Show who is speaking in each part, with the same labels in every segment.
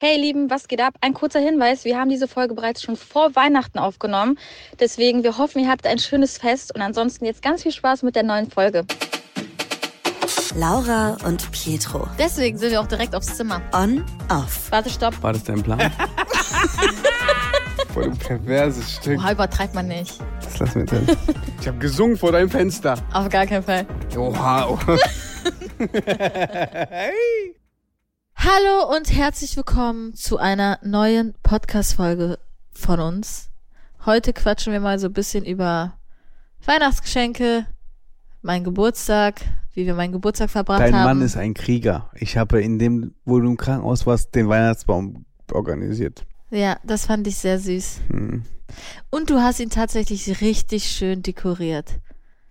Speaker 1: Hey ihr Lieben, was geht ab? Ein kurzer Hinweis, wir haben diese Folge bereits schon vor Weihnachten aufgenommen. Deswegen, wir hoffen, ihr habt ein schönes Fest und ansonsten jetzt ganz viel Spaß mit der neuen Folge.
Speaker 2: Laura und Pietro.
Speaker 3: Deswegen sind wir auch direkt aufs Zimmer.
Speaker 2: On, off.
Speaker 1: Warte, stopp.
Speaker 4: War das dein Plan?
Speaker 5: Voll ein perverses Stück.
Speaker 3: Oha, übertreibt man nicht.
Speaker 4: Das lassen wir jetzt hin.
Speaker 5: Ich habe gesungen vor deinem Fenster.
Speaker 3: Auf gar keinen Fall.
Speaker 5: Oha. oh. oha.
Speaker 3: Hallo und herzlich willkommen zu einer neuen Podcast-Folge von uns. Heute quatschen wir mal so ein bisschen über Weihnachtsgeschenke, meinen Geburtstag, wie wir meinen Geburtstag verbracht
Speaker 4: Dein
Speaker 3: haben.
Speaker 4: Mann ist ein Krieger. Ich habe in dem, wo du im Krankenhaus warst, den Weihnachtsbaum organisiert.
Speaker 3: ja, das fand ich sehr süß.
Speaker 4: Hm.
Speaker 3: Und du hast ihn tatsächlich richtig schön dekoriert.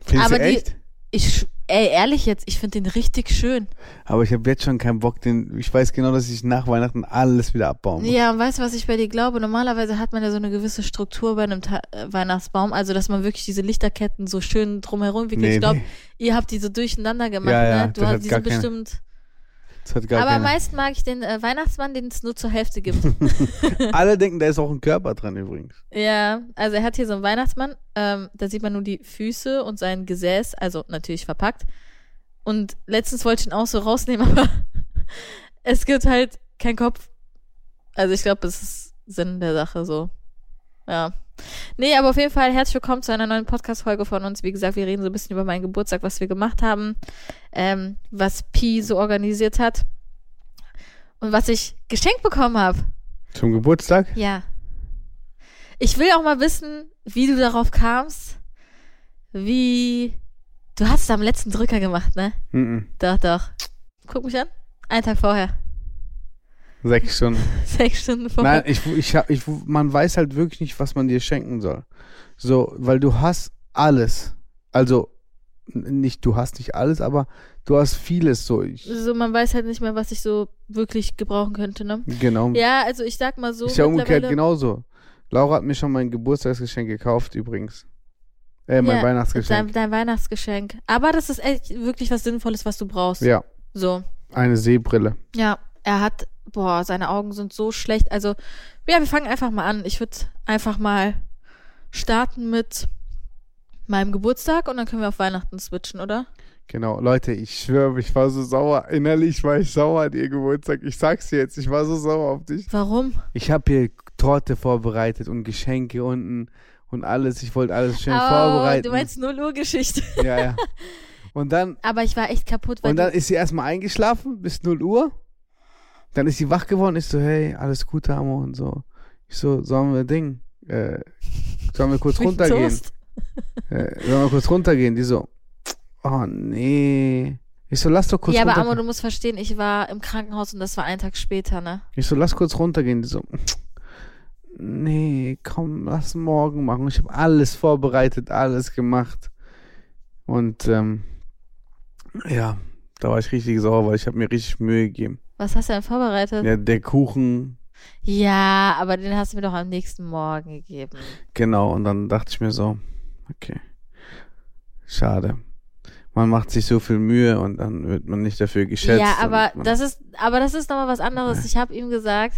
Speaker 4: Findest
Speaker 3: Aber
Speaker 4: du
Speaker 3: die-
Speaker 4: echt?
Speaker 3: Ich, sch- ey, ehrlich jetzt, ich finde den richtig schön.
Speaker 4: Aber ich habe jetzt schon keinen Bock, den. Ich weiß genau, dass ich nach Weihnachten alles wieder abbauen muss.
Speaker 3: Ja, und weißt du, was ich bei dir glaube? Normalerweise hat man ja so eine gewisse Struktur bei einem Ta äh, Weihnachtsbaum, also dass man wirklich diese Lichterketten so schön drumherum wickelt.
Speaker 4: Nee,
Speaker 3: ich glaube,
Speaker 4: nee.
Speaker 3: ihr habt die so durcheinander gemacht,
Speaker 4: Ja, ja,
Speaker 3: ne? Du
Speaker 4: das
Speaker 3: hast
Speaker 4: hat
Speaker 3: die
Speaker 4: gar
Speaker 3: sind
Speaker 4: keine-
Speaker 3: bestimmt.
Speaker 4: Das hat gar
Speaker 3: Aber am
Speaker 4: keine.
Speaker 3: meisten mag ich den äh, Weihnachtsmann, den es nur zur Hälfte gibt.
Speaker 4: Alle denken, da ist auch ein Körper dran übrigens.
Speaker 3: ja, also er hat hier so einen Weihnachtsmann, ähm, da sieht man nur die Füße und sein Gesäß, also natürlich verpackt. Und letztens wollte ich ihn auch so rausnehmen, aber es gibt halt keinen Kopf. Also ich glaube, es ist Sinn der Sache so. Ja. Nee, aber auf jeden Fall herzlich willkommen zu einer neuen Podcast-Folge von uns. Wie gesagt, wir reden so ein bisschen über meinen Geburtstag, was wir gemacht haben, ähm, was Pi so organisiert hat und was ich geschenkt bekommen habe.
Speaker 4: Zum Geburtstag?
Speaker 3: Ja. Ich will auch mal wissen, wie du darauf kamst, wie. Du hast es am letzten Drücker gemacht, ne?
Speaker 4: Mhm.
Speaker 3: Doch, doch. Guck mich an. Einen Tag vorher.
Speaker 4: Sechs Stunden.
Speaker 3: Sechs Stunden vorher.
Speaker 4: Nein, ich, ich, hab- ich, man weiß halt wirklich nicht, was man dir schenken soll. So, weil du hast alles. Also, n- nicht, du hast nicht alles, aber du hast vieles. So, ich,
Speaker 3: So, man weiß halt nicht mehr, was ich so wirklich gebrauchen könnte, ne?
Speaker 4: genau.
Speaker 3: Ja, also ich sag mal so.
Speaker 4: ist ja umgekehrt genau
Speaker 3: mittlerweile-
Speaker 4: genauso. Laura hat mir schon mein Geburtstagsgeschenk gekauft, übrigens. Äh, mein
Speaker 3: Ja, Dein,
Speaker 4: Weihnachtsgeschenk.
Speaker 3: dein Weihnachtsgeschenk. Aber das ist echt wirklich was Sinnvolles, was du brauchst.
Speaker 4: Ja,
Speaker 3: So.
Speaker 4: eine Sehbrille.
Speaker 3: Ja, er hat, boah, seine Augen sind so schlecht. Also, ja, wir fangen einfach mal an. Ich würde einfach mal starten mit meinem Geburtstag und dann können wir auf Weihnachten switchen, oder?
Speaker 4: Genau, Leute, ich schwöre, ich war so sauer. Innerlich war ich sauer an ihr Geburtstag. Ich sag's dir jetzt, ich war so sauer auf dich.
Speaker 3: Warum?
Speaker 4: Ich habe hier Torte vorbereitet und Geschenke unten und alles. Ich wollte alles schön
Speaker 3: Oh,
Speaker 4: vorbereiten.
Speaker 3: Du meinst 0 Uhr Geschichte.
Speaker 4: Ja, ja. Und dann,
Speaker 3: Aber ich war echt kaputt, weil
Speaker 4: und dann
Speaker 3: du,
Speaker 4: ist sie erstmal eingeschlafen bis 0 Uhr. Dann ist sie wach geworden, ist so, hey, alles Gute, Amo und so. Ich so, sollen wir Ding, äh, sollen wir kurz
Speaker 3: Mit
Speaker 4: runtergehen?
Speaker 3: Toast.
Speaker 4: Äh, sollen wir kurz runtergehen? Die so, oh nee. Ich so, lass doch kurz
Speaker 3: Ja, aber Amo,
Speaker 4: runtergehen.
Speaker 3: du musst verstehen, ich war im Krankenhaus und das war einen Tag später, ne?
Speaker 4: Ich so, lass kurz runtergehen. Die so, nee, komm, lass morgen machen. Ich habe alles vorbereitet, alles gemacht. Und ähm, ja, da war ich richtig sauer, weil ich habe mir richtig Mühe gegeben.
Speaker 3: Was hast du denn vorbereitet?
Speaker 4: Ja, der Kuchen,
Speaker 3: ja, aber den hast du mir doch am nächsten Morgen gegeben.
Speaker 4: genau. Und dann dachte ich mir so, okay, schade. Man macht sich so viel Mühe und dann wird man nicht dafür geschätzt.
Speaker 3: Ja,
Speaker 4: und
Speaker 3: aber
Speaker 4: man,
Speaker 3: das ist, aber das ist nochmal was anderes. Ich habe ihm gesagt,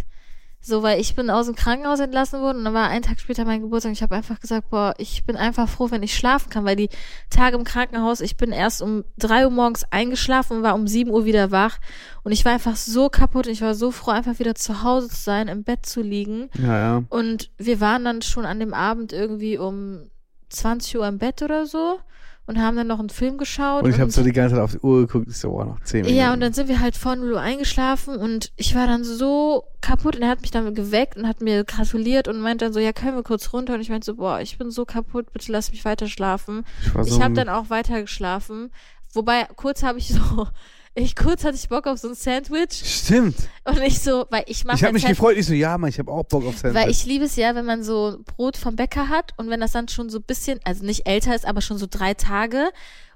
Speaker 3: so, weil ich bin aus dem Krankenhaus entlassen worden und dann war ein Tag später mein Geburtstag. Ich habe einfach gesagt, boah, ich bin einfach froh, wenn ich schlafen kann, weil die Tage im Krankenhaus, ich bin erst um drei Uhr morgens eingeschlafen und war um sieben Uhr wieder wach und ich war einfach so kaputt und ich war so froh, einfach wieder zu Hause zu sein, im Bett zu liegen.
Speaker 4: Ja, ja.
Speaker 3: Und wir waren dann schon an dem Abend irgendwie um 20 Uhr im Bett oder so und haben dann noch einen Film geschaut.
Speaker 4: Und ich habe so die ganze Zeit auf die Uhr geguckt. Ich so, wow, noch zehn Minuten.
Speaker 3: Ja, und dann sind wir halt vor Nulo eingeschlafen und ich war dann so kaputt und er hat mich dann geweckt und hat mir gratuliert und meint dann so, ja, können wir kurz runter? Und ich meinte so, boah, ich bin so kaputt, bitte lass mich weiter schlafen.
Speaker 4: ich war so
Speaker 3: ich habe dann auch weiter geschlafen. Wobei, kurz habe ich so, ich kurz hatte ich Bock auf so ein Sandwich
Speaker 4: Stimmt.
Speaker 3: und ich so, weil ich halt mache
Speaker 4: Ich habe mich gefreut. Ich so, ja, Mann, ich habe auch Bock auf Sandwich.
Speaker 3: weil ich liebe es ja, wenn man so Brot vom Bäcker hat und wenn das dann schon so ein bisschen, also nicht älter ist, aber schon so drei Tage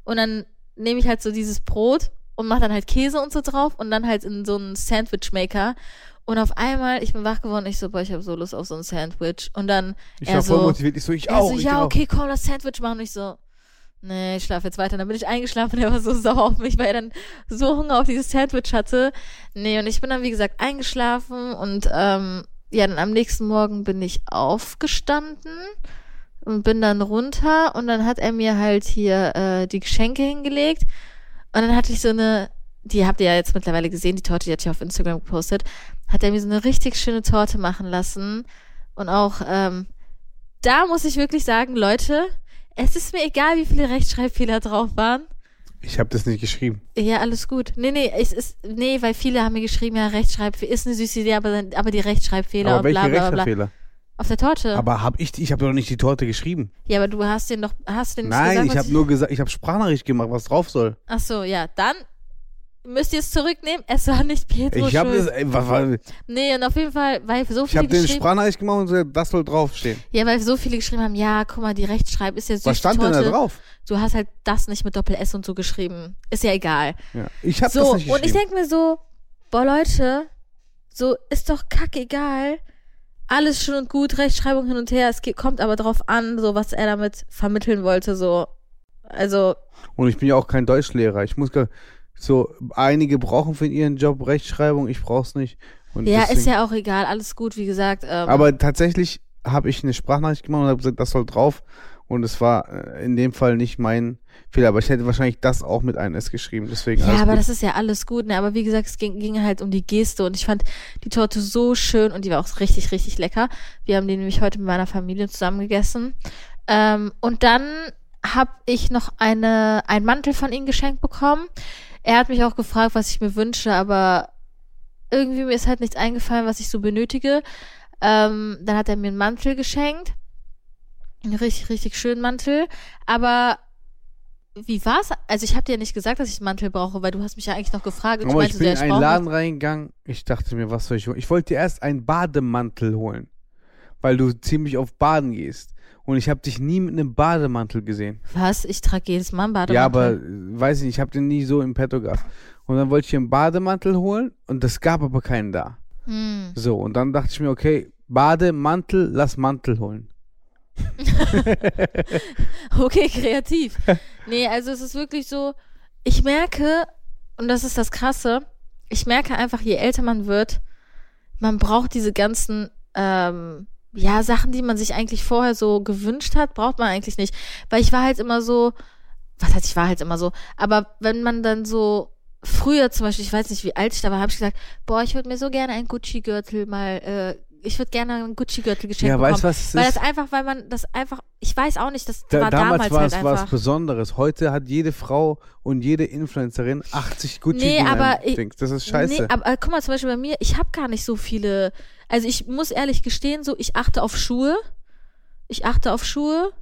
Speaker 3: und dann nehme ich halt so dieses Brot und mache dann halt Käse und so drauf und dann halt in so einen Sandwichmaker und auf einmal, ich bin wach geworden, ich so, boah, ich habe so Lust auf so ein Sandwich und dann
Speaker 4: Ich
Speaker 3: er
Speaker 4: war
Speaker 3: so,
Speaker 4: voll motiviert. Ich so, ich
Speaker 3: er
Speaker 4: auch.
Speaker 3: so,
Speaker 4: ich
Speaker 3: ja,
Speaker 4: auch.
Speaker 3: okay, komm, lass Sandwich machen und ich so, nee, ich schlafe jetzt weiter. Und dann bin ich eingeschlafen, der war so sauer auf mich, weil er dann so Hunger auf dieses Sandwich hatte. Nee, und ich bin dann, wie gesagt, eingeschlafen und ähm, ja, dann am nächsten Morgen bin ich aufgestanden und bin dann runter und dann hat er mir halt hier äh, die Geschenke hingelegt und dann hatte ich so eine, die habt ihr ja jetzt mittlerweile gesehen, die Torte, die hat ich auf Instagram gepostet, hat er mir so eine richtig schöne Torte machen lassen und auch ähm, da muss ich wirklich sagen, Leute, es ist mir egal, wie viele Rechtschreibfehler drauf waren.
Speaker 4: Ich habe das nicht geschrieben.
Speaker 3: Ja, alles gut. Nee, nee, es ist, nee, weil viele haben mir geschrieben, ja, Rechtschreibfehler ist eine süße Idee, aber, dann- aber die Rechtschreibfehler
Speaker 4: aber
Speaker 3: und bla,
Speaker 4: welche
Speaker 3: bla, bla, bla.
Speaker 4: Rechtschreibfehler?
Speaker 3: Auf der Torte.
Speaker 4: Aber habe ich, die- ich habe doch nicht die Torte geschrieben.
Speaker 3: ja, aber du hast den doch, hast den nicht
Speaker 4: Nein,
Speaker 3: gesagt,
Speaker 4: ich
Speaker 3: was
Speaker 4: habe nur gesagt, ich habe Sprachnachricht gemacht, was drauf soll.
Speaker 3: Ach so, ja, dann müsst ihr es zurücknehmen. Es war nicht Pietro
Speaker 4: ich habe
Speaker 3: schuld.
Speaker 4: das, ey, wa- wa-
Speaker 3: Nee, und auf jeden Fall, weil so
Speaker 4: ich
Speaker 3: viele
Speaker 4: habe den
Speaker 3: geschrieben,
Speaker 4: Sprachnachricht gemacht und gesagt, das soll draufstehen.
Speaker 3: ja, weil so viele geschrieben haben, ja, guck mal, die Rechtschreib ist ja süß.
Speaker 4: Was stand denn
Speaker 3: Torte.
Speaker 4: da drauf?
Speaker 3: Du hast halt das nicht mit Doppel S und so geschrieben. Ist ja egal.
Speaker 4: Ja. Ich habe
Speaker 3: so,
Speaker 4: das nicht geschrieben.
Speaker 3: und ich denke mir so, boah Leute, so ist doch kackegal. Alles schön und gut, Rechtschreibung hin und her. Es geht, kommt aber drauf an, so was er damit vermitteln wollte, so. Also,
Speaker 4: Und ich bin ja auch kein Deutschlehrer. Ich muss gar, so einige brauchen für ihren Job Rechtschreibung, ich brauch's nicht. Und
Speaker 3: ja,
Speaker 4: deswegen,
Speaker 3: ist ja auch egal, alles gut, wie gesagt. Ähm,
Speaker 4: Aber tatsächlich habe ich eine Sprachnachricht gemacht und habe gesagt, das soll drauf. Und es war äh, in dem Fall nicht mein Fehler, aber ich hätte wahrscheinlich das auch mit einem S geschrieben. Deswegen
Speaker 3: Ja,
Speaker 4: alles
Speaker 3: aber
Speaker 4: gut.
Speaker 3: das ist ja alles gut, ne? Aber wie gesagt, es ging, ging halt um die Geste und ich fand die Torte so schön und die war auch richtig, richtig lecker. Wir haben die nämlich heute mit meiner Familie zusammen gegessen. Ähm, und dann habe ich noch eine, einen Mantel von ihm geschenkt bekommen. Er hat mich auch gefragt, was ich mir wünsche, aber irgendwie mir ist halt nichts eingefallen, was ich so benötige. Ähm, dann hat er mir einen Mantel geschenkt. Einen richtig, richtig schönen Mantel. Aber wie war's? Also ich habe dir ja nicht gesagt, dass ich einen Mantel brauche, weil du hast mich ja eigentlich noch gefragt. Und
Speaker 4: aber ich
Speaker 3: meinte,
Speaker 4: bin
Speaker 3: ja,
Speaker 4: in einen
Speaker 3: brauche
Speaker 4: Laden reingegangen. Ich dachte mir, was soll ich holen? Ich wollte dir erst einen Bademantel holen, weil du ziemlich auf Baden gehst. Und ich habe dich nie mit einem Bademantel gesehen.
Speaker 3: Was? Ich trage jedes Mal einen Bademantel.
Speaker 4: Ja, aber äh, weiß ich nicht, ich habe den nie so im Petto gehabt. Und dann wollte ich einen Bademantel holen und es gab aber keinen da.
Speaker 3: Hm.
Speaker 4: So, und dann dachte ich mir, okay, Bademantel, lass Mantel holen.
Speaker 3: Okay, kreativ. Nee, also es ist wirklich so, ich merke, und das ist das Krasse, ich merke einfach, je älter man wird, man braucht diese ganzen, ähm, ja, Sachen, die man sich eigentlich vorher so gewünscht hat, braucht man eigentlich nicht. Weil ich war halt immer so, was heißt, ich war halt immer so, aber wenn man dann so früher zum Beispiel, ich weiß nicht, wie alt ich da war, habe ich gesagt, boah, ich würde mir so gerne einen Gucci-Gürtel mal, äh, ich würde gerne einen Gucci-Gürtel geschenkt
Speaker 4: ja,
Speaker 3: bekommen.
Speaker 4: weißt du, was es
Speaker 3: Weil das
Speaker 4: ist?
Speaker 3: einfach, weil man das einfach, ich weiß auch nicht, das
Speaker 4: Da,
Speaker 3: war
Speaker 4: damals
Speaker 3: damals,
Speaker 4: war
Speaker 3: halt
Speaker 4: es was
Speaker 3: einfach.
Speaker 4: Besonderes. Heute hat jede Frau und jede Influencerin 80 Gucci
Speaker 3: Nee,
Speaker 4: in einem
Speaker 3: aber ich-
Speaker 4: Ding. Das ist scheiße.
Speaker 3: Nee, aber äh, guck mal, zum Beispiel bei mir, ich habe gar nicht so viele, also ich muss ehrlich gestehen, so ich achte auf Schuhe, ich achte auf Schuhe,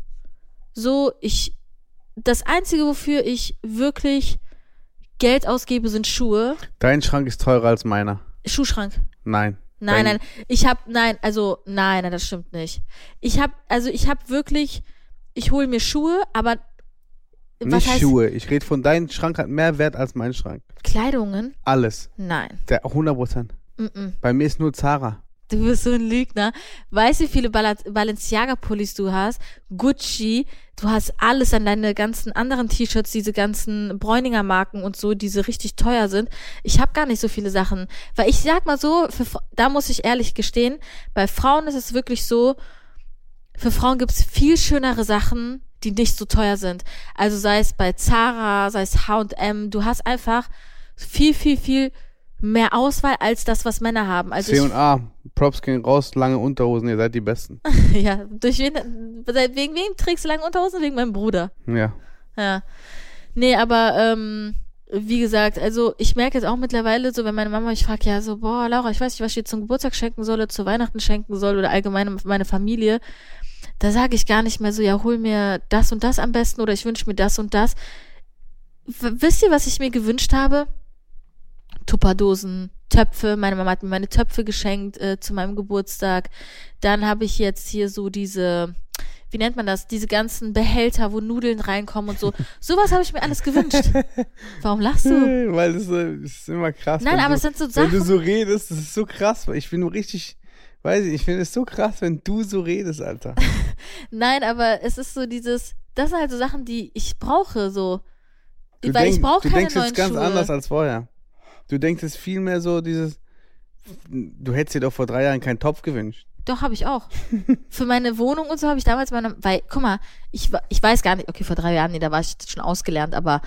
Speaker 3: so ich, das Einzige, wofür ich wirklich Geld ausgebe, sind Schuhe,
Speaker 4: Dein Schrank ist teurer als meiner.
Speaker 3: Schuhschrank.
Speaker 4: Nein.
Speaker 3: Nein,
Speaker 4: Dein-
Speaker 3: nein, ich habe nein, also nein, nein, das stimmt nicht. Ich habe also ich habe wirklich ich hole mir Schuhe, aber was
Speaker 4: Nicht
Speaker 3: heißt
Speaker 4: Schuhe. Ich rede von deinem Schrank hat mehr Wert als mein Schrank.
Speaker 3: Kleidungen?
Speaker 4: Alles.
Speaker 3: Nein.
Speaker 4: Der 100%.
Speaker 3: Mm -mm.
Speaker 4: Bei mir ist nur Zara.
Speaker 3: Du bist so ein Lügner. Weißt du, wie viele Bala- Balenciaga-Pullis du hast? Gucci. Du hast alles an deine ganzen anderen T-Shirts, diese ganzen Bräuninger-Marken und so, die so richtig teuer sind. Ich habe gar nicht so viele Sachen. Weil ich sag mal so, für, Fra- da muss ich ehrlich gestehen, bei Frauen ist es wirklich so, für Frauen gibt's viel schönere Sachen, die nicht so teuer sind. Also sei es bei Zara, sei es H&M, du hast einfach viel, viel, viel mehr Auswahl als das, was Männer haben. Also ich
Speaker 4: C&A. Props gehen raus, lange Unterhosen, ihr seid die Besten.
Speaker 3: Ja, durch wen, seit- wegen wem trägst du lange Unterhosen? Wegen meinem Bruder.
Speaker 4: Ja.
Speaker 3: Ja. Nee, aber ähm, wie gesagt, also ich merke jetzt auch mittlerweile so, wenn meine Mama mich fragt, ja so, boah, Laura, ich weiß nicht, was ich dir zum Geburtstag schenken soll, oder zu Weihnachten schenken soll oder allgemein um meine Familie, da sage ich gar nicht mehr so, ja, hol mir das und das am besten oder ich wünsche mir das und das. W wisst ihr, was ich mir gewünscht habe? Tupperdosen, Töpfe. Meine Mama hat mir meine Töpfe geschenkt äh, zu meinem Geburtstag. Dann habe ich jetzt hier so diese, wie nennt man das? Diese ganzen Behälter, wo Nudeln reinkommen und so. Sowas habe ich mir alles gewünscht. Warum lachst du?
Speaker 4: Weil das, äh, das ist immer krass.
Speaker 3: Nein,
Speaker 4: wenn du,
Speaker 3: aber es sind so
Speaker 4: Wenn du
Speaker 3: Sachen.
Speaker 4: so redest, das ist so krass. weil Ich bin nur richtig, weiß ich, ich finde es so krass, wenn du so redest, Alter.
Speaker 3: Nein, aber es ist so dieses, das sind halt so Sachen, die ich brauche, so.
Speaker 4: Du,
Speaker 3: Weil ich
Speaker 4: denk-
Speaker 3: brauche
Speaker 4: du
Speaker 3: keine
Speaker 4: denkst
Speaker 3: neuen
Speaker 4: jetzt ganz
Speaker 3: Schuhe.
Speaker 4: anders als vorher. Du denkst jetzt viel mehr so dieses, du hättest dir doch vor drei Jahren keinen Topf gewünscht.
Speaker 3: Doch, habe ich auch. Für meine Wohnung und so habe ich damals meine, weil, guck mal, ich, wa- ich weiß gar nicht, okay, vor drei Jahren, nee, da war ich schon ausgelernt, aber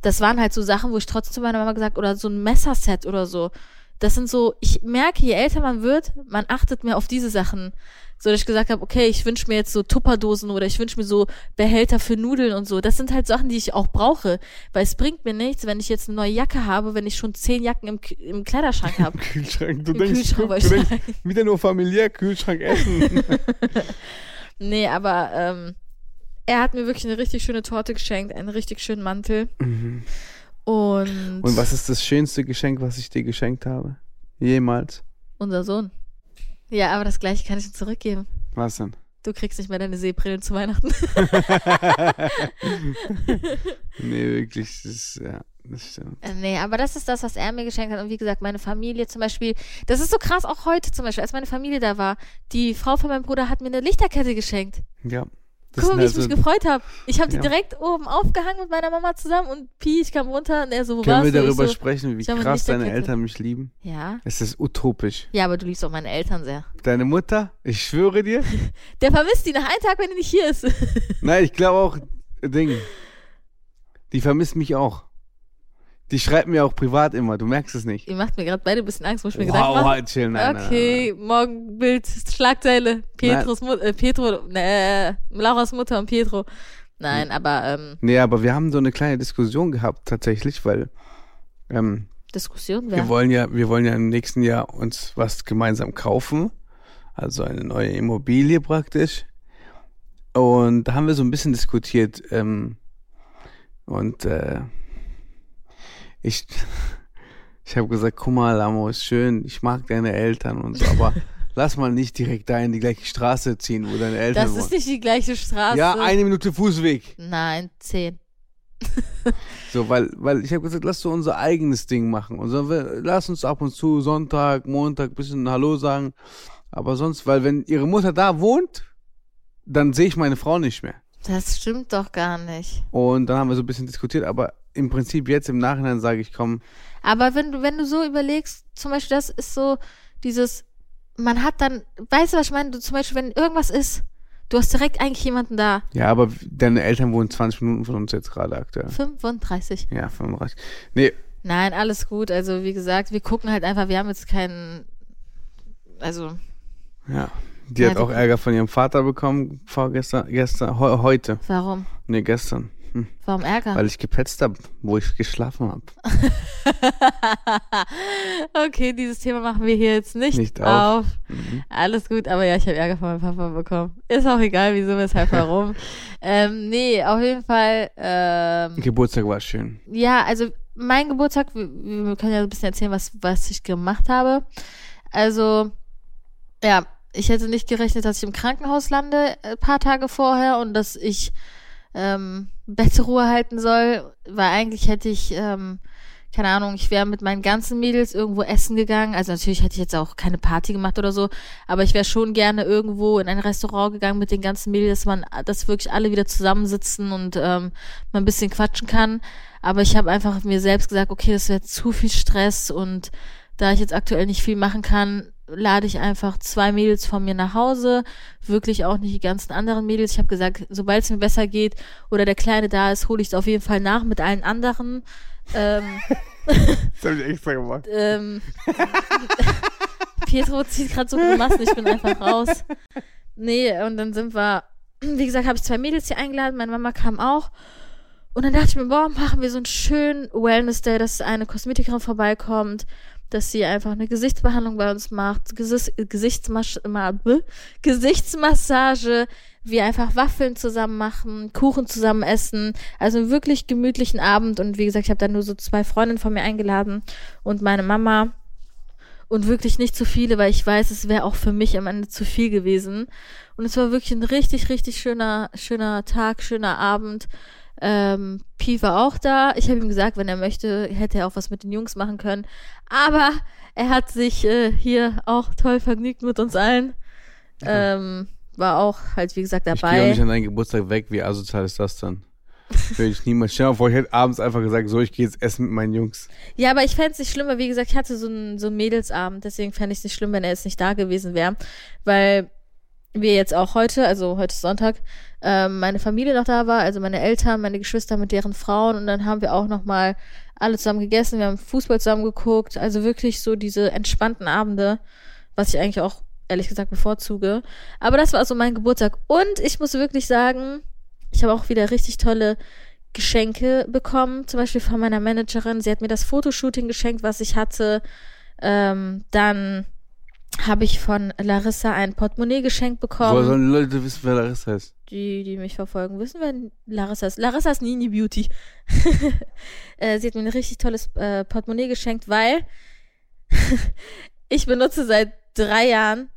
Speaker 3: das waren halt so Sachen, wo ich trotzdem zu meiner Mama gesagt, oder so ein Messerset oder so. Das sind so, ich merke, je älter man wird, man achtet mehr auf diese Sachen. So, dass ich gesagt habe, okay, ich wünsche mir jetzt so Tupperdosen oder ich wünsche mir so Behälter für Nudeln und so. Das sind halt Sachen, die ich auch brauche. Weil es bringt mir nichts, wenn ich jetzt eine neue Jacke habe, wenn ich schon zehn Jacken im, K- im Kleiderschrank habe.
Speaker 4: Kühlschrank, du
Speaker 3: Im
Speaker 4: denkst,
Speaker 3: Kühlschrank
Speaker 4: du
Speaker 3: wollte ich
Speaker 4: denkst wieder nur familiär, Kühlschrank essen.
Speaker 3: Nee, aber ähm, er hat mir wirklich eine richtig schöne Torte geschenkt, einen richtig schönen Mantel. Und,
Speaker 4: Mhm. Und was ist das schönste Geschenk, was ich dir geschenkt habe? Jemals.
Speaker 3: unser Sohn. Ja, aber das gleiche kann ich ihm zurückgeben.
Speaker 4: Was denn?
Speaker 3: Du kriegst nicht mehr deine Seebrillen zu Weihnachten.
Speaker 4: Nee, wirklich, das ist, ja, das stimmt.
Speaker 3: Äh, Nee, aber das ist das, was er mir geschenkt hat. Und wie gesagt, meine Familie zum Beispiel, das ist so krass, auch heute zum Beispiel, als meine Familie da war, die Frau von meinem Bruder hat mir eine Lichterkette geschenkt.
Speaker 4: Ja. Das
Speaker 3: Guck mal,
Speaker 4: sind
Speaker 3: wie
Speaker 4: halt
Speaker 3: ich
Speaker 4: so-
Speaker 3: mich gefreut habe. Ich habe die
Speaker 4: Ja.
Speaker 3: direkt oben aufgehangen mit meiner Mama zusammen und Pi, ich kam runter und er so, wo
Speaker 4: Können wir
Speaker 3: warst du? Ich
Speaker 4: darüber
Speaker 3: so,
Speaker 4: sprechen, wie
Speaker 3: ich habe eine
Speaker 4: krass deine
Speaker 3: Lichterkette.
Speaker 4: Eltern mich lieben?
Speaker 3: Ja.
Speaker 4: Es ist utopisch.
Speaker 3: Ja, aber du liebst auch meine Eltern sehr.
Speaker 4: Deine Mutter, ich schwöre dir.
Speaker 3: Der vermisst die nach einem Tag, wenn er nicht hier ist.
Speaker 4: Nein, ich glaube auch, äh, Ding, die vermisst mich auch. Die schreibt mir auch privat immer, du merkst es nicht.
Speaker 3: Ihr macht mir gerade beide ein bisschen Angst, muss ich mir Gedanken
Speaker 4: Wow,
Speaker 3: machen.
Speaker 4: halt chill, nein, nein,
Speaker 3: okay, morgen Bild, Schlagzeile. Petros, Mut, äh, Petro, ne, Laura's Mutter und Pietro.
Speaker 4: Hm.
Speaker 3: Nein, aber ähm,
Speaker 4: Nein, nein. Nee, aber wir haben so eine kleine Diskussion gehabt tatsächlich, weil ähm,
Speaker 3: Diskussion
Speaker 4: wir
Speaker 3: wäre.
Speaker 4: wollen ja, wir wollen ja im nächsten Jahr uns was gemeinsam kaufen, also eine neue Immobilie praktisch. Und da haben wir so ein bisschen diskutiert ähm, und äh, ich, ich habe gesagt, guck mal, Lamo, ist schön, ich mag deine Eltern und so, aber lass mal nicht direkt da in die gleiche Straße ziehen, wo deine Eltern
Speaker 3: Das ist
Speaker 4: wohnen.
Speaker 3: nicht die gleiche Straße.
Speaker 4: ja, eine Minute Fußweg.
Speaker 3: Nein, zehn.
Speaker 4: So, weil, weil ich habe gesagt, lass so unser eigenes Ding machen. Und so, wir- lass uns ab und zu Sonntag, Montag ein bisschen Hallo sagen. Aber sonst, weil wenn ihre Mutter da wohnt, dann sehe ich meine Frau nicht mehr.
Speaker 3: Das stimmt doch gar nicht.
Speaker 4: Und dann haben wir so ein bisschen diskutiert, aber im Prinzip jetzt im Nachhinein sage ich, komm,
Speaker 3: Aber wenn du, wenn du so überlegst, zum Beispiel, das ist so dieses, man hat dann, weißt du, was ich meine? Du, zum Beispiel, wenn irgendwas ist, du hast direkt eigentlich jemanden da.
Speaker 4: ja, aber deine Eltern wohnen 20 Minuten von uns jetzt gerade aktuell.
Speaker 3: 35.
Speaker 4: Ja, 35. Nee,
Speaker 3: Nein, alles gut. Also wie gesagt, wir gucken halt einfach, wir haben jetzt keinen, also
Speaker 4: ja. Die
Speaker 3: Ja,
Speaker 4: hat
Speaker 3: die-
Speaker 4: auch Ärger von ihrem Vater bekommen, vorgestern, gestern, heu- heute.
Speaker 3: warum?
Speaker 4: Nee, gestern. Hm.
Speaker 3: Warum Ärger?
Speaker 4: Weil ich gepetzt habe, wo ich geschlafen habe.
Speaker 3: okay, dieses Thema machen wir hier jetzt nicht,
Speaker 4: Nicht
Speaker 3: auf.
Speaker 4: auf. Mhm.
Speaker 3: Alles gut, aber ja, ich habe Ärger von meinem Papa bekommen. Ist auch egal, wieso, weshalb, warum. ähm, nee, auf jeden Fall. Ähm,
Speaker 4: Geburtstag war schön.
Speaker 3: ja, also mein Geburtstag, wir, wir können ja ein bisschen erzählen, was, was ich gemacht habe. Also, ja, ich hätte nicht gerechnet, dass ich im Krankenhaus lande, äh, paar Tage vorher und dass ich ähm, Bettruhe halten soll, weil eigentlich hätte ich, ähm, keine Ahnung, ich wäre mit meinen ganzen Mädels irgendwo essen gegangen. Also natürlich hätte ich jetzt auch keine Party gemacht oder so, aber ich wäre schon gerne irgendwo in ein Restaurant gegangen mit den ganzen Mädels, dass man, dass wirklich alle wieder zusammensitzen und ähm, mal ein bisschen quatschen kann. Aber ich habe einfach mir selbst gesagt, okay, das wäre zu viel Stress und da ich jetzt aktuell nicht viel machen kann, lade ich einfach zwei Mädels von mir nach Hause, wirklich auch nicht die ganzen anderen Mädels. Ich habe gesagt, sobald es mir besser geht oder der Kleine da ist, hole ich es auf jeden Fall nach mit allen anderen. Ähm,
Speaker 4: Das habe ich extra gemacht.
Speaker 3: ähm, Pietro zieht gerade so Grimassen, ich bin einfach raus. Nee, und dann sind wir, wie gesagt, habe ich zwei Mädels hier eingeladen, meine Mama kam auch. Und dann dachte ich mir, boah, machen wir so einen schönen Wellness-Day, dass eine Kosmetikerin vorbeikommt, dass sie einfach eine Gesichtsbehandlung bei uns macht, Gesis Gesichtsmasch ma- bäh, Gesichtsmassage, wir einfach Waffeln zusammen machen, Kuchen zusammen essen. Also einen wirklich gemütlichen Abend. Und wie gesagt, ich habe dann nur so zwei Freundinnen von mir eingeladen und meine Mama. Und wirklich nicht zu viele, weil ich weiß, es wäre auch für mich am Ende zu viel gewesen. Und es war wirklich ein richtig, richtig schöner, schöner Tag, schöner Abend. Ähm, Pi war auch da. Ich habe ihm gesagt, wenn er möchte, hätte er auch was mit den Jungs machen können. Aber er hat sich äh, hier auch toll vergnügt mit uns allen. Ähm, war auch halt, wie gesagt,
Speaker 4: Ich gehe auch nicht
Speaker 3: dabei.
Speaker 4: an deinen Geburtstag weg. Wie asozial ist das dann? Würde ich niemals. Stell dir mal vor, ich hätte abends einfach gesagt, so, ich gehe jetzt essen mit meinen Jungs.
Speaker 3: Ja, aber ich fänd's nicht schlimm, weil wie gesagt, ich hatte so einen, so einen Mädelsabend, deswegen fänd ich's nicht schlimm, wenn er jetzt nicht da gewesen wäre. Weil wir jetzt auch heute, also heute ist Sonntag, ähm, meine Familie noch da war, also meine Eltern, meine Geschwister mit deren Frauen und dann haben wir auch nochmal alle zusammen gegessen, wir haben Fußball zusammen geguckt, also wirklich so diese entspannten Abende, was ich eigentlich auch ehrlich gesagt bevorzuge. Aber das war also mein Geburtstag und ich muss wirklich sagen, ich habe auch wieder richtig tolle Geschenke bekommen, zum Beispiel von meiner Managerin. Sie hat mir das Fotoshooting geschenkt, was ich hatte. Ähm, dann habe ich von Larissa ein Portemonnaie geschenkt bekommen
Speaker 4: Woher sollen die Leute wissen, wer Larissa ist?
Speaker 3: die, die mich verfolgen, wissen, wer Larissa ist. Larissa ist Nini Beauty. äh, sie hat mir ein richtig tolles äh, Portemonnaie geschenkt, weil ich benutze seit drei Jahren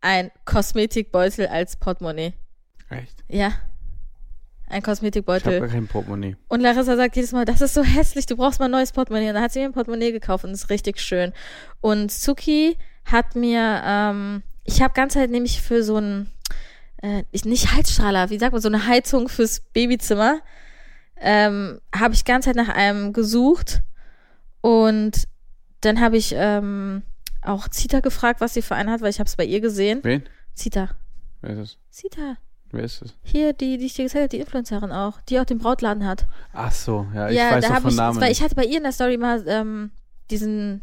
Speaker 3: ein Kosmetikbeutel als Portemonnaie.
Speaker 4: Echt?
Speaker 3: Ja. Ein
Speaker 4: Ich habe gar
Speaker 3: Kosmetikbeutel.
Speaker 4: kein Portemonnaie.
Speaker 3: Und Larissa sagt jedes Mal, das ist so hässlich, du brauchst mal ein neues Portemonnaie. Und dann hat sie mir ein Portemonnaie gekauft und ist richtig schön. Und Suki hat mir, ähm, ich habe ganz halt nämlich für so ein, äh, ich, nicht Heizstrahler, wie sagt man, so eine Heizung fürs Babyzimmer, ähm, habe ich ganz halt nach einem gesucht. Und dann habe ich ähm, auch Zita gefragt, was sie für einen hat, weil ich habe es bei ihr gesehen.
Speaker 4: Wen?
Speaker 3: Zita,
Speaker 4: Wer ist das?
Speaker 3: Zita,
Speaker 4: Wer ist das?
Speaker 3: hier, die, die ich dir gesagt habe, die Influencerin auch, die auch den Brautladen hat
Speaker 4: Ach so, ja, ich
Speaker 3: ja,
Speaker 4: weiß
Speaker 3: da
Speaker 4: doch
Speaker 3: habe
Speaker 4: von
Speaker 3: ich,
Speaker 4: Namen.
Speaker 3: weil ich
Speaker 4: nicht.
Speaker 3: hatte bei ihr in der Story mal ähm, diesen,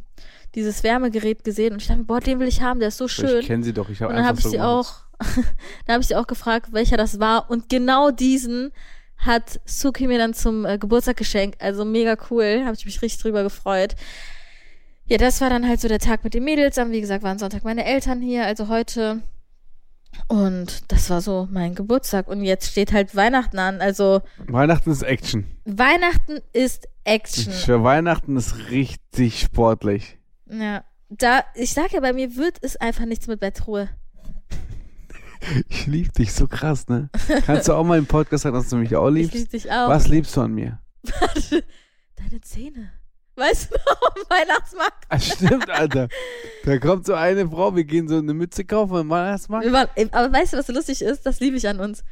Speaker 3: dieses Wärmegerät gesehen und ich dachte, mir, boah, den will ich haben, der ist so
Speaker 4: Aber
Speaker 3: schön.
Speaker 4: Ich kenne sie doch. Ich habe
Speaker 3: und dann habe
Speaker 4: einfach so
Speaker 3: ich sie
Speaker 4: gemacht.
Speaker 3: auch, da habe ich sie auch gefragt, welcher das war und genau diesen hat Suki mir dann zum äh, Geburtstag geschenkt. Also mega cool, habe ich mich richtig drüber gefreut. Ja, das war dann halt so der Tag mit den Mädels. Dann, wie gesagt, waren Sonntag meine Eltern hier, also heute. Und das war so mein Geburtstag. Und jetzt steht halt Weihnachten an. Also
Speaker 4: Weihnachten ist Action.
Speaker 3: Weihnachten ist Action.
Speaker 4: Für Weihnachten ist richtig sportlich.
Speaker 3: Ja. Da, ich sag ja, bei mir wird es einfach nichts mit Bettruhe.
Speaker 4: Ich liebe dich so krass, ne? Kannst du auch mal im Podcast sagen, dass du mich auch
Speaker 3: Ich
Speaker 4: liebst?
Speaker 3: lieb dich auch.
Speaker 4: Was liebst du an mir?
Speaker 3: Deine Zähne. Weißt du, am Weihnachtsmarkt?
Speaker 4: Ah, stimmt, Alter. Da kommt so eine Frau, wir gehen so eine Mütze kaufen im Weihnachtsmarkt.
Speaker 3: Wir waren, aber weißt du, was so lustig ist? Das liebe ich an uns.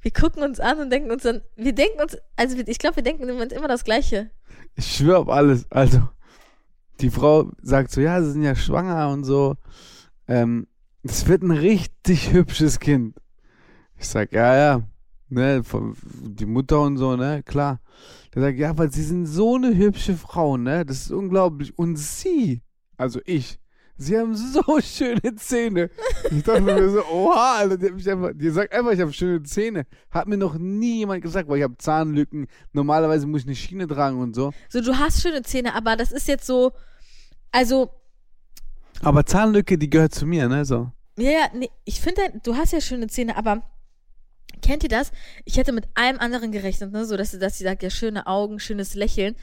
Speaker 3: Wir gucken uns an und denken uns dann, wir denken uns, also wir- ich glaube, wir denken uns immer das Gleiche.
Speaker 4: Ich schwöre auf alles. Also, die Frau sagt so, ja, sie sind ja schwanger und so. Ähm, das wird ein richtig hübsches Kind. Ich sag, ja, ja. Ne, von- die Mutter und so, ne, klar. Der sagt, ja, aber sie sind so eine hübsche Frau, ne? Das ist unglaublich. Und sie, also ich, sie haben so schöne Zähne. Ich dachte mir so, oha, Alter, die, hat mich einfach, die sagt einfach, ich habe schöne Zähne. Hat mir noch nie jemand gesagt, weil ich habe Zahnlücken. Normalerweise muss ich eine Schiene tragen und so.
Speaker 3: So, du hast schöne Zähne, aber das ist jetzt so, also,
Speaker 4: Aber Zahnlücke, die gehört zu mir, ne? So.
Speaker 3: ja, ja, nee, ich finde, du hast ja schöne Zähne, aber kennt ihr das? Ich hätte mit allem anderen gerechnet, ne? So, dass, sie- dass sie sagt, ja, schöne Augen, schönes Lächeln.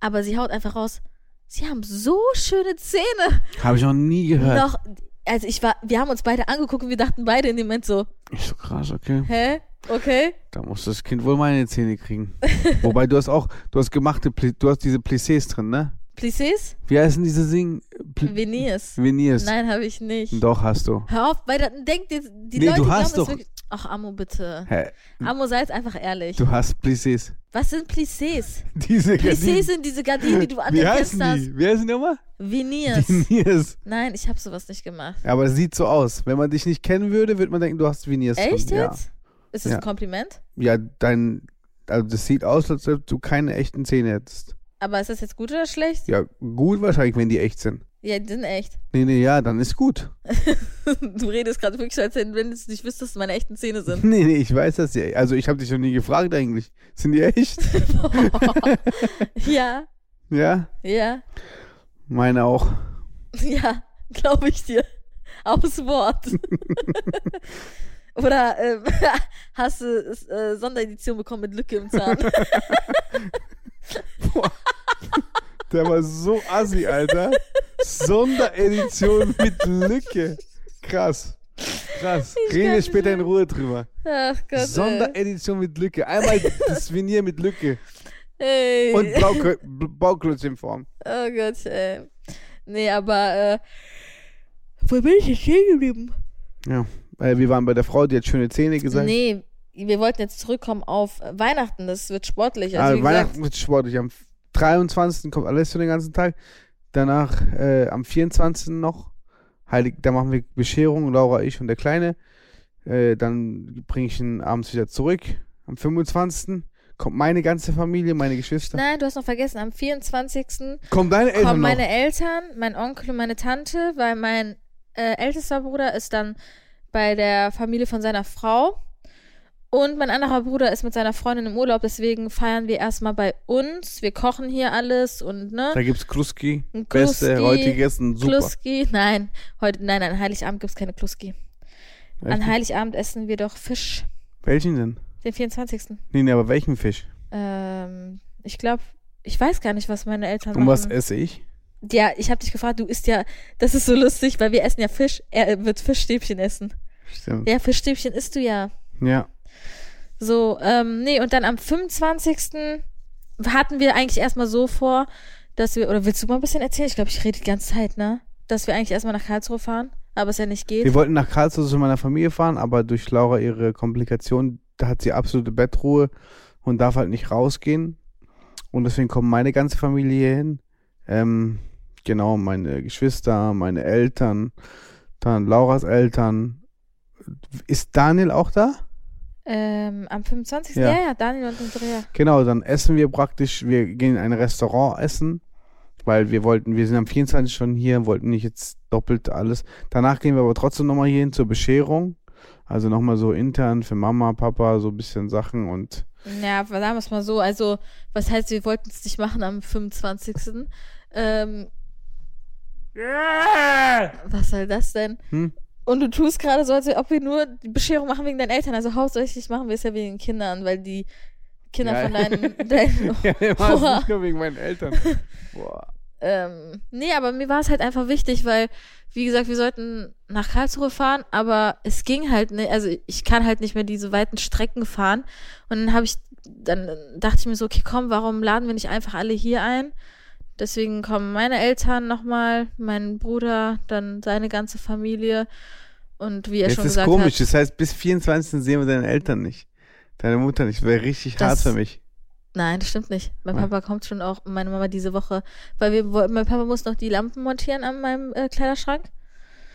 Speaker 3: Aber sie haut einfach raus, sie haben so schöne Zähne.
Speaker 4: Habe ich noch nie gehört.
Speaker 3: Noch, also ich war, wir haben uns beide angeguckt und wir dachten beide in dem Moment so,
Speaker 4: Ich so krass, okay.
Speaker 3: hä? Okay.
Speaker 4: Da muss das Kind wohl meine Zähne kriegen. Wobei du hast auch, du hast gemachte, Pli- du hast diese Plissés drin, ne?
Speaker 3: Plissés?
Speaker 4: Wie heißen diese Sing? Pl
Speaker 3: Veneers.
Speaker 4: Veneers.
Speaker 3: Nein, habe ich nicht.
Speaker 4: Doch, hast du.
Speaker 3: Hör auf, weil dann denkt die, die
Speaker 4: Nee,
Speaker 3: Leute
Speaker 4: du hast
Speaker 3: glauben,
Speaker 4: doch-
Speaker 3: das wirklich. Ach, Amo, bitte.
Speaker 4: Hä?
Speaker 3: Amo, sei jetzt einfach ehrlich.
Speaker 4: Du hast Plissés.
Speaker 3: Was sind Plissés?
Speaker 4: Diese
Speaker 3: Plissés
Speaker 4: Gardinen.
Speaker 3: sind diese Gardinen, die du an
Speaker 4: Wie
Speaker 3: den
Speaker 4: heißen
Speaker 3: Fenster hast.
Speaker 4: die? Wie heißen die nochmal?
Speaker 3: Veneers.
Speaker 4: Veneers.
Speaker 3: Nein, ich habe sowas nicht gemacht.
Speaker 4: Ja, aber es sieht so aus. Wenn man dich nicht kennen würde, würde man denken, du hast Veneers.
Speaker 3: Echt
Speaker 4: drin. Ja.
Speaker 3: jetzt? Ist das
Speaker 4: Ja.
Speaker 3: ein Kompliment?
Speaker 4: Ja, dein, also das sieht aus, als ob du keine echten Zähne hättest.
Speaker 3: Aber ist das jetzt gut oder schlecht?
Speaker 4: Ja, gut wahrscheinlich, wenn die echt sind.
Speaker 3: Ja, die sind echt.
Speaker 4: Nee, nee, ja, dann ist gut.
Speaker 3: Du redest gerade wirklich so, als wenn du nicht wüsstest, dass es meine echten Zähne sind.
Speaker 4: Nee, nee, ich weiß das ja. Also ich habe dich noch nie gefragt eigentlich. Sind die echt?
Speaker 3: ja,
Speaker 4: ja,
Speaker 3: ja,
Speaker 4: meine auch.
Speaker 3: ja, glaube ich dir. Aufs Wort. Oder ähm, hast du es, äh, Sonderedition bekommen mit Lücke im Zahn?
Speaker 4: Der war so assi, Alter. Sonderedition mit Lücke. Krass. Krass. Reden wir
Speaker 3: kann's
Speaker 4: später in Ruhe drüber.
Speaker 3: Ach Gott. ey.
Speaker 4: Sonderedition mit Lücke. Einmal das Venier mit Lücke.
Speaker 3: Ey.
Speaker 4: Und Bauklö Bauklötz in Form.
Speaker 3: Oh Gott, ey. Nee, aber äh, wo bin ich jetzt stehen geblieben?
Speaker 4: Ja, Weil wir waren bei der Frau, die hat schöne Zähne gesagt.
Speaker 3: Nee, wir wollten jetzt zurückkommen auf Weihnachten. Das wird sportlich. Also,
Speaker 4: Also
Speaker 3: wie
Speaker 4: Weihnachten
Speaker 3: gesagt,
Speaker 4: wird sportlich. Am 23. kommt alles für den ganzen Tag. Danach äh, am 24. noch. Heilig, da machen wir Bescherung, Laura, ich und der Kleine. Äh, dann bringe ich ihn abends wieder zurück. Am 25. kommt meine ganze Familie, meine Geschwister.
Speaker 3: Nein, du hast noch vergessen. Am 24.
Speaker 4: Kommen deine Eltern
Speaker 3: kommen
Speaker 4: noch?
Speaker 3: meine Eltern, mein Onkel und meine Tante, weil mein äh, ältester Bruder ist dann bei der Familie von seiner Frau. Und mein anderer Bruder ist mit seiner Freundin im Urlaub, deswegen feiern wir erstmal bei uns. Wir kochen hier alles und ne.
Speaker 4: Da gibt's Kluski.
Speaker 3: Ein
Speaker 4: Beste,
Speaker 3: Kluski,
Speaker 4: heute gegessen, super.
Speaker 3: Kluski, nein, heute, nein, an Heiligabend gibt's keine Kluski. An
Speaker 4: Echt?
Speaker 3: Heiligabend essen wir doch Fisch,
Speaker 4: Welchen denn?
Speaker 3: den 24.
Speaker 4: Nee, nee, aber welchen Fisch?
Speaker 3: Ähm, ich glaube, ich weiß gar nicht, was meine Eltern
Speaker 4: Und was
Speaker 3: machen.
Speaker 4: esse ich?
Speaker 3: ja, ich habe dich gefragt, du isst ja, das ist so lustig, weil wir essen ja Fisch, er äh, wird Fischstäbchen essen.
Speaker 4: Stimmt.
Speaker 3: Ja, Fischstäbchen isst du ja.
Speaker 4: Ja.
Speaker 3: So, ähm, nee, und dann am 25. hatten wir eigentlich erstmal so vor, dass wir, oder willst du mal ein bisschen erzählen? Ich glaube, ich rede die ganze Zeit, ne? Dass wir eigentlich erstmal nach Karlsruhe fahren, aber es ja nicht geht.
Speaker 4: Wir wollten nach Karlsruhe zu meiner Familie fahren, aber durch Laura ihre Komplikation da hat sie absolute Bettruhe und darf halt nicht rausgehen. Und deswegen kommt meine ganze Familie hier hin. Ähm, genau, meine Geschwister, meine Eltern, dann Lauras Eltern. Ist Daniel auch da?
Speaker 3: Ähm, am 25.
Speaker 4: Ja.
Speaker 3: Ja. ja, Daniel und Andrea.
Speaker 4: Genau, dann essen wir praktisch, wir gehen in ein Restaurant essen, weil wir wollten, wir sind am 24 schon hier, wollten nicht jetzt doppelt alles. Danach gehen wir aber trotzdem nochmal hier hin zur Bescherung. Also nochmal so intern für Mama, Papa, so ein bisschen Sachen und
Speaker 3: Ja, aber sagen wir es mal so. Also, was heißt, wir wollten es nicht machen am 25. Ähm, was soll das denn?
Speaker 4: Hm?
Speaker 3: Und du tust gerade so, als ob wir nur die Bescherung machen wegen deinen Eltern. Also hauptsächlich machen wir es ja wegen den Kindern, weil die Kinder
Speaker 4: Ja.
Speaker 3: von deinen, deinen
Speaker 4: ja, immer
Speaker 3: Boah.
Speaker 4: nicht nur wegen meinen Eltern. Boah.
Speaker 3: ähm, nee, aber mir war es halt einfach wichtig, weil, wie gesagt, wir sollten nach Karlsruhe fahren, aber es ging halt nicht, also ich kann halt nicht mehr diese weiten Strecken fahren. Und dann habe ich, dann dachte ich mir so, okay, komm, warum laden wir nicht einfach alle hier ein? Deswegen kommen meine Eltern nochmal, mein Bruder, dann seine ganze Familie. Und wie er
Speaker 4: Jetzt
Speaker 3: schon
Speaker 4: ist
Speaker 3: gesagt
Speaker 4: komisch,
Speaker 3: hat,
Speaker 4: das heißt, bis 24. sehen wir deine Eltern nicht. Deine Mutter nicht, wäre richtig
Speaker 3: Das-
Speaker 4: hart für mich.
Speaker 3: nein, das stimmt nicht. Mein
Speaker 4: Ja.
Speaker 3: Papa kommt schon auch, meine Mama diese Woche, weil wir, wollten- mein Papa muss noch die Lampen montieren an meinem äh, Kleiderschrank.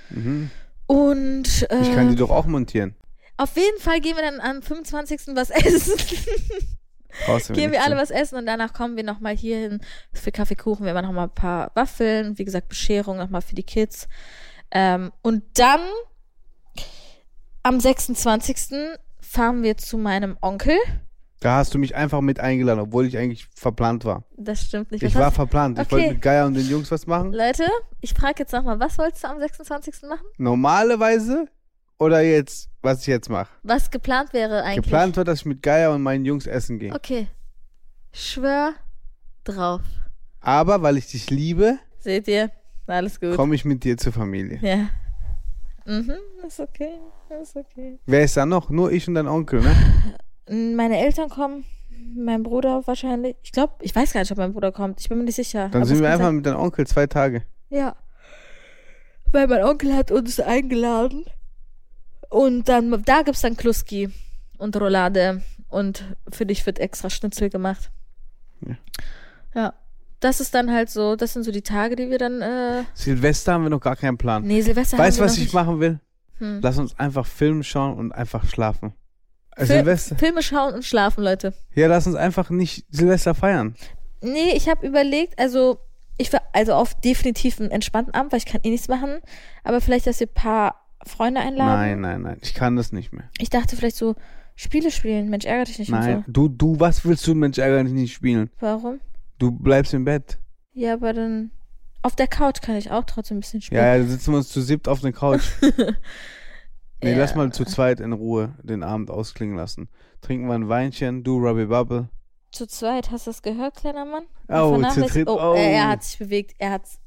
Speaker 4: Mhm.
Speaker 3: Und äh,
Speaker 4: Ich kann die doch auch montieren.
Speaker 3: Auf jeden Fall gehen wir dann am 25. was essen.
Speaker 4: Brauchst du mir
Speaker 3: gehen wir
Speaker 4: nicht
Speaker 3: alle
Speaker 4: zu.
Speaker 3: was essen und danach kommen wir nochmal hier hin für Kaffeekuchen. Wir machen nochmal ein paar Waffeln, wie gesagt, Bescherung nochmal für die Kids. Ähm, und dann am 26. fahren wir zu meinem Onkel.
Speaker 4: Da hast du mich einfach mit eingeladen, obwohl ich eigentlich verplant war.
Speaker 3: Das stimmt nicht.
Speaker 4: Ich
Speaker 3: Was
Speaker 4: war
Speaker 3: hast-
Speaker 4: verplant. Ich
Speaker 3: Okay.
Speaker 4: wollte mit Geier und den Jungs was machen.
Speaker 3: Leute, ich frage jetzt nochmal, was wolltest du am 26. machen?
Speaker 4: Normalerweise oder jetzt, was ich jetzt mache.
Speaker 3: Was geplant wäre eigentlich?
Speaker 4: Geplant war, dass ich mit Geier und meinen Jungs essen gehe.
Speaker 3: Okay. Schwör drauf.
Speaker 4: Aber weil ich dich liebe,
Speaker 3: Seht ihr? Alles gut.
Speaker 4: komme ich mit dir zur Familie.
Speaker 3: Ja. Mhm, ist okay, ist okay. Hm,
Speaker 4: Wer ist da noch? Nur ich und dein Onkel, ne?
Speaker 3: Meine Eltern kommen, mein Bruder wahrscheinlich. Ich glaube, ich weiß gar nicht, ob mein Bruder kommt. Ich bin mir nicht sicher.
Speaker 4: Dann
Speaker 3: Aber
Speaker 4: sind
Speaker 3: es halt
Speaker 4: wir
Speaker 3: kann
Speaker 4: einfach
Speaker 3: sein-
Speaker 4: mit deinem Onkel zwei Tage.
Speaker 3: Ja. Weil mein Onkel hat uns eingeladen. Und dann, da gibt's dann Kluski und Roulade. Und für dich wird extra Schnitzel gemacht.
Speaker 4: Ja.
Speaker 3: Ja. Das ist dann halt so, das sind so die Tage, die wir dann, äh,
Speaker 4: Silvester haben wir noch gar keinen Plan.
Speaker 3: nee, Silvester
Speaker 4: weißt
Speaker 3: haben
Speaker 4: du,
Speaker 3: wir
Speaker 4: was
Speaker 3: noch
Speaker 4: ich
Speaker 3: nicht.
Speaker 4: machen will?
Speaker 3: Hm.
Speaker 4: Lass uns einfach Film schauen und einfach schlafen. Äh,
Speaker 3: Fil-
Speaker 4: Silvester.
Speaker 3: Filme schauen und schlafen, Leute.
Speaker 4: Ja, lass uns einfach nicht Silvester feiern.
Speaker 3: Nee, ich habe überlegt, also ich war also auf definitiv einen entspannten Abend, weil ich kann eh nichts machen, aber vielleicht, dass wir ein paar Freunde einladen.
Speaker 4: Nein, nein, nein. Ich kann das nicht mehr.
Speaker 3: Ich dachte vielleicht so Spiele spielen, Mensch, ärgere dich nicht
Speaker 4: Nein.
Speaker 3: und
Speaker 4: Du, du, was willst du, Mensch, ärgere dich nicht spielen?
Speaker 3: so. Warum?
Speaker 4: Du bleibst im Bett.
Speaker 3: Ja, aber dann auf der Couch kann ich auch trotzdem ein bisschen spielen.
Speaker 4: Ja, ja, da sitzen wir uns zu siebt auf der Couch. Nee,
Speaker 3: Ja.
Speaker 4: lass mal zu zweit in Ruhe den Abend ausklingen lassen. Trinken wir ein Weinchen, du Rubbie Bubble.
Speaker 3: Zu zweit, hast du das gehört, kleiner Mann?
Speaker 4: Au, zu
Speaker 3: Vernachlässigt-
Speaker 4: dritt,
Speaker 3: oh,
Speaker 4: au.
Speaker 3: Er, er hat sich bewegt, er hat's.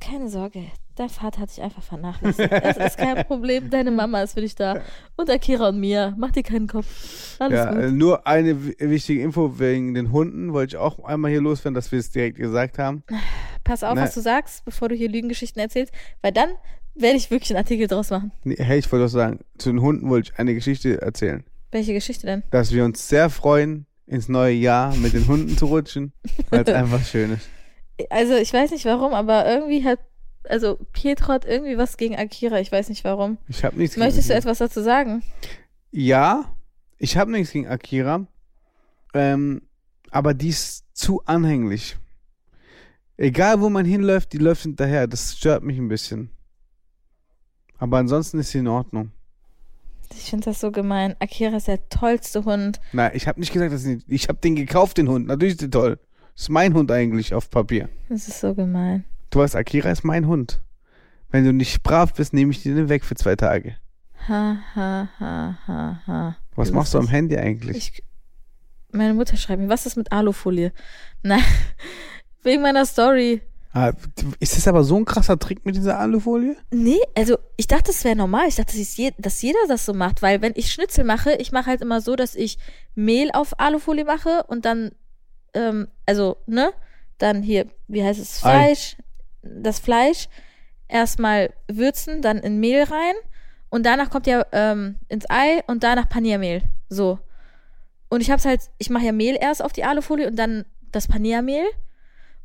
Speaker 3: Keine Sorge, dein Vater hat dich einfach vernachlässigt. Das ist kein Problem, deine Mama ist für dich da. Und Akira und Mia, mach dir keinen Kopf. Alles
Speaker 4: ja,
Speaker 3: gut.
Speaker 4: äh, nur eine wi- wichtige Info wegen den Hunden wollte ich auch einmal hier loswerden, dass wir es direkt gesagt haben.
Speaker 3: Pass auf,
Speaker 4: Ne.
Speaker 3: was du sagst, bevor du hier Lügengeschichten erzählst, weil dann Werde ich wirklich einen Artikel draus machen.
Speaker 4: Nee, hey, ich wollte doch sagen, zu den Hunden wollte ich eine Geschichte erzählen.
Speaker 3: Welche Geschichte denn?
Speaker 4: Dass wir uns sehr freuen, ins neue Jahr mit den Hunden zu rutschen, weil es einfach schön ist.
Speaker 3: Also ich weiß nicht warum, aber irgendwie hat, also Pietro hat irgendwie was gegen Akira, ich weiß nicht warum.
Speaker 4: Ich habe nichts gegen
Speaker 3: Möchtest du
Speaker 4: Akira.
Speaker 3: etwas dazu sagen?
Speaker 4: Ja, ich habe nichts gegen Akira. Ähm, aber die ist zu anhänglich. Egal, wo man hinläuft, die läuft hinterher. Das stört mich ein bisschen. Aber ansonsten ist sie in Ordnung.
Speaker 3: Ich finde das so gemein. Akira ist der tollste Hund.
Speaker 4: Nein, ich habe nicht gesagt, dass sie, ich habe den gekauft, den Hund. Natürlich ist die toll. Ist mein Hund eigentlich auf Papier.
Speaker 3: Das ist so gemein.
Speaker 4: Du weißt, Akira ist mein Hund. Wenn du nicht brav bist, nehme ich den weg für zwei Tage.
Speaker 3: Ha, ha, ha, ha, ha.
Speaker 4: Was machst du am
Speaker 3: Handy?
Speaker 4: Handy eigentlich?
Speaker 3: Ich, meine Mutter schreibt mir, was ist mit Alufolie? Nein, wegen meiner Story.
Speaker 4: Ah, ist das aber so ein krasser Trick mit dieser Alufolie?
Speaker 3: Nee, also ich dachte, es wäre normal. Ich dachte, das ist je, dass jeder das so macht, weil wenn ich Schnitzel mache, ich mache halt immer so, dass ich Mehl auf Alufolie mache und dann, ähm, also, ne? Dann hier, wie heißt es,
Speaker 4: Ei.
Speaker 3: Fleisch, das Fleisch erstmal würzen, dann in Mehl rein und danach kommt ja ähm, ins Ei und danach Paniermehl. So. Und ich hab's halt, ich mache ja Mehl erst auf die Alufolie und dann das Paniermehl.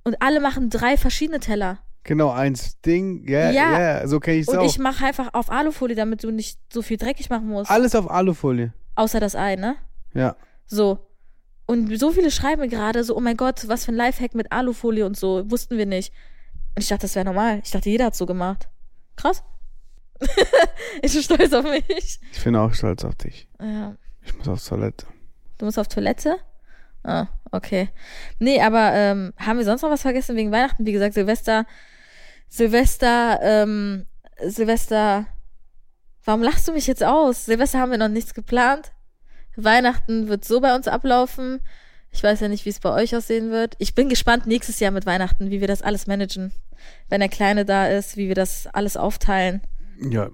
Speaker 3: Und alle machen drei verschiedene Teller.
Speaker 4: Genau, eins Ding, ja, ja,
Speaker 3: Ja.
Speaker 4: so kenne ich es
Speaker 3: Und
Speaker 4: auch.
Speaker 3: ich mache einfach auf Alufolie, damit du nicht so viel dreckig machen musst.
Speaker 4: Alles auf Alufolie.
Speaker 3: Außer das Ei, ne?
Speaker 4: Ja.
Speaker 3: So. Und so viele schreiben mir gerade so, oh mein Gott, was für ein Lifehack mit Alufolie und so, wussten wir nicht. Und ich dachte, das wäre normal. Ich dachte, jeder hat so gemacht. Krass. ich bin stolz auf mich.
Speaker 4: Ich bin auch stolz auf dich.
Speaker 3: Ja.
Speaker 4: Ich muss aufs Toilette.
Speaker 3: Du musst auf Toilette? Ah, okay. Nee, aber ähm, haben wir sonst noch was vergessen wegen Weihnachten? Wie gesagt, Silvester, Silvester, ähm, Silvester, warum lachst du mich jetzt aus? Silvester haben wir noch nichts geplant. Weihnachten wird so bei uns ablaufen. Ich weiß ja nicht, wie es bei euch aussehen wird. Ich bin gespannt nächstes Jahr mit Weihnachten, wie wir das alles managen. Wenn der Kleine da ist, wie wir das alles aufteilen.
Speaker 4: Ja,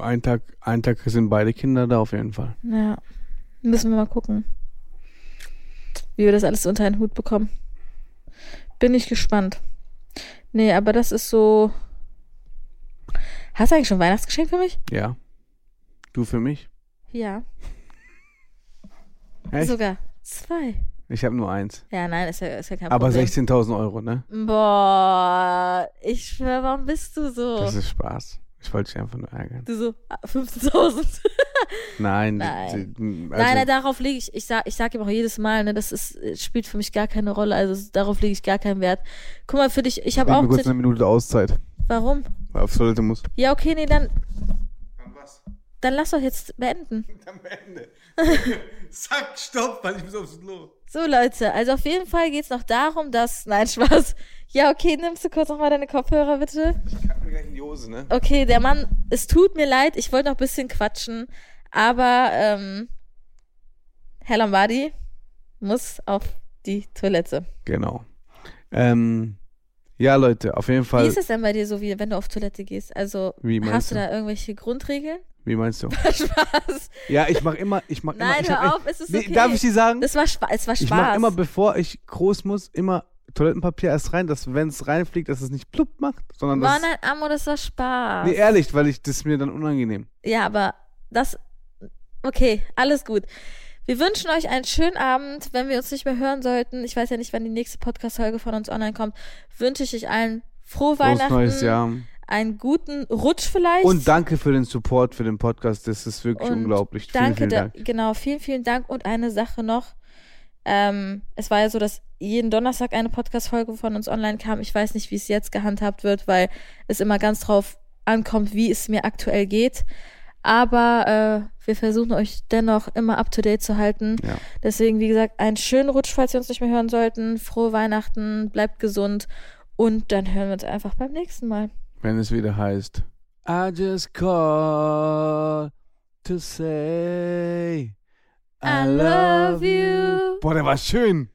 Speaker 4: einen Tag, einen Tag sind beide Kinder da auf jeden Fall.
Speaker 3: Ja, müssen wir mal gucken, wie wir das alles unter einen Hut bekommen. Bin ich gespannt. Nee, aber das ist so. Hast du eigentlich schon ein Weihnachtsgeschenk für mich?
Speaker 4: Ja. Du für mich?
Speaker 3: Ja.
Speaker 4: Echt?
Speaker 3: Sogar zwei.
Speaker 4: Ich habe nur eins.
Speaker 3: Ja, nein, ist ja, ist ja kein
Speaker 4: Aber
Speaker 3: Problem.
Speaker 4: 16.000 Euro, ne?
Speaker 3: Boah, ich schwör, warum bist du so?
Speaker 4: Das ist Spaß. Ich wollte dich einfach nur ärgern.
Speaker 3: Du so, ah, 15.000.
Speaker 4: Also- Nein. die-
Speaker 3: Nein.
Speaker 4: die-
Speaker 3: nein, nein,
Speaker 4: also,
Speaker 3: darauf lege ich, ich sag, ich sag ihm auch jedes Mal, ne, das ist, spielt für mich gar keine Rolle, also es- darauf lege ich gar keinen Wert. Guck mal, für dich, ich habe
Speaker 4: gib
Speaker 3: auch,
Speaker 4: mir kurz eine Minute Auszeit,
Speaker 3: warum?
Speaker 4: weil ich aufs Toilette muss.
Speaker 3: Ja, okay, nee, dann. Dann lass doch jetzt beenden.
Speaker 4: Am Ende. Sack, stopp, weil ich muss aufs Klo.
Speaker 3: So, Leute, also auf jeden Fall geht's noch darum, dass. Nein, Spaß. Ja, okay, nimmst du kurz nochmal deine Kopfhörer, bitte?
Speaker 4: Ich hab mir gleich in die Hose, ne?
Speaker 3: Okay, der Mann, es tut mir leid, ich wollte noch ein bisschen quatschen, aber ähm, Herr Lombardi muss auf die Toilette.
Speaker 4: Genau. Ähm, ja, Leute, auf jeden
Speaker 3: Wie
Speaker 4: Fall.
Speaker 3: ist es denn bei dir so, wie wenn du auf Toilette gehst? Also,
Speaker 4: Wie meinst
Speaker 3: hast du
Speaker 4: du?
Speaker 3: da irgendwelche Grundregeln?
Speaker 4: Wie meinst du?
Speaker 3: Spaß.
Speaker 4: Ja, ich mach immer, ich mach immer.
Speaker 3: Nein,
Speaker 4: ich hab
Speaker 3: hör
Speaker 4: echt-
Speaker 3: auf, es ist
Speaker 4: Nee,
Speaker 3: okay.
Speaker 4: Darf ich dir sagen?
Speaker 3: das war, Spa es war Spaß.
Speaker 4: Ich mache immer, bevor ich groß muss, immer Toilettenpapier erst rein, dass wenn es reinfliegt, dass es nicht plupp macht, sondern
Speaker 3: War
Speaker 4: das.
Speaker 3: nein, Amo, das war Spaß.
Speaker 4: Nee, ehrlich, weil ich das ist mir dann unangenehm.
Speaker 3: Ja, aber das. Okay, alles gut. Wir wünschen euch einen schönen Abend. Wenn wir uns nicht mehr hören sollten, ich weiß ja nicht, wann die nächste Podcast-Folge von uns online kommt, wünsche ich euch allen frohe
Speaker 4: Großes
Speaker 3: Weihnachten,
Speaker 4: neues Jahr.
Speaker 3: einen guten Rutsch vielleicht.
Speaker 4: Und danke für den Support für den Podcast. Das ist wirklich
Speaker 3: Und
Speaker 4: unglaublich.
Speaker 3: Danke,
Speaker 4: vielen, vielen
Speaker 3: da-
Speaker 4: Dank.
Speaker 3: genau, vielen, vielen Dank. Und eine Sache noch. Ähm, es war ja so, dass jeden Donnerstag eine Podcast-Folge von uns online kam. Ich weiß nicht, wie es jetzt gehandhabt wird, weil es immer ganz drauf ankommt, wie es mir aktuell geht. Aber äh, wir versuchen euch dennoch immer up to date zu halten.
Speaker 4: Ja.
Speaker 3: Deswegen, wie gesagt, einen schönen Rutsch, falls wir uns nicht mehr hören sollten. Frohe Weihnachten, bleibt gesund und dann hören wir uns einfach beim nächsten Mal.
Speaker 4: Wenn es wieder heißt. I just call to say I love you. Boah, der war schön.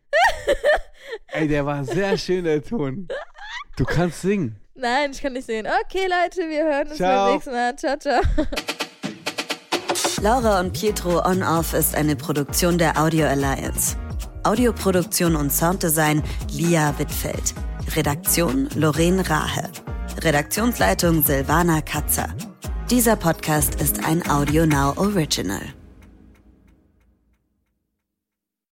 Speaker 4: Ey, der war sehr schön, der Ton. Du kannst singen.
Speaker 3: Nein, ich kann nicht sehen. Okay, Leute, wir hören uns
Speaker 4: Ciao.
Speaker 3: beim nächsten Mal. Ciao, ciao.
Speaker 2: Laura und Pietro On Off ist eine Produktion der Audio Alliance. Audioproduktion und Sounddesign Lia Wittfeld. Redaktion Lorraine Rahe. Redaktionsleitung Silvana Katzer. Dieser Podcast ist ein Audio Now Original.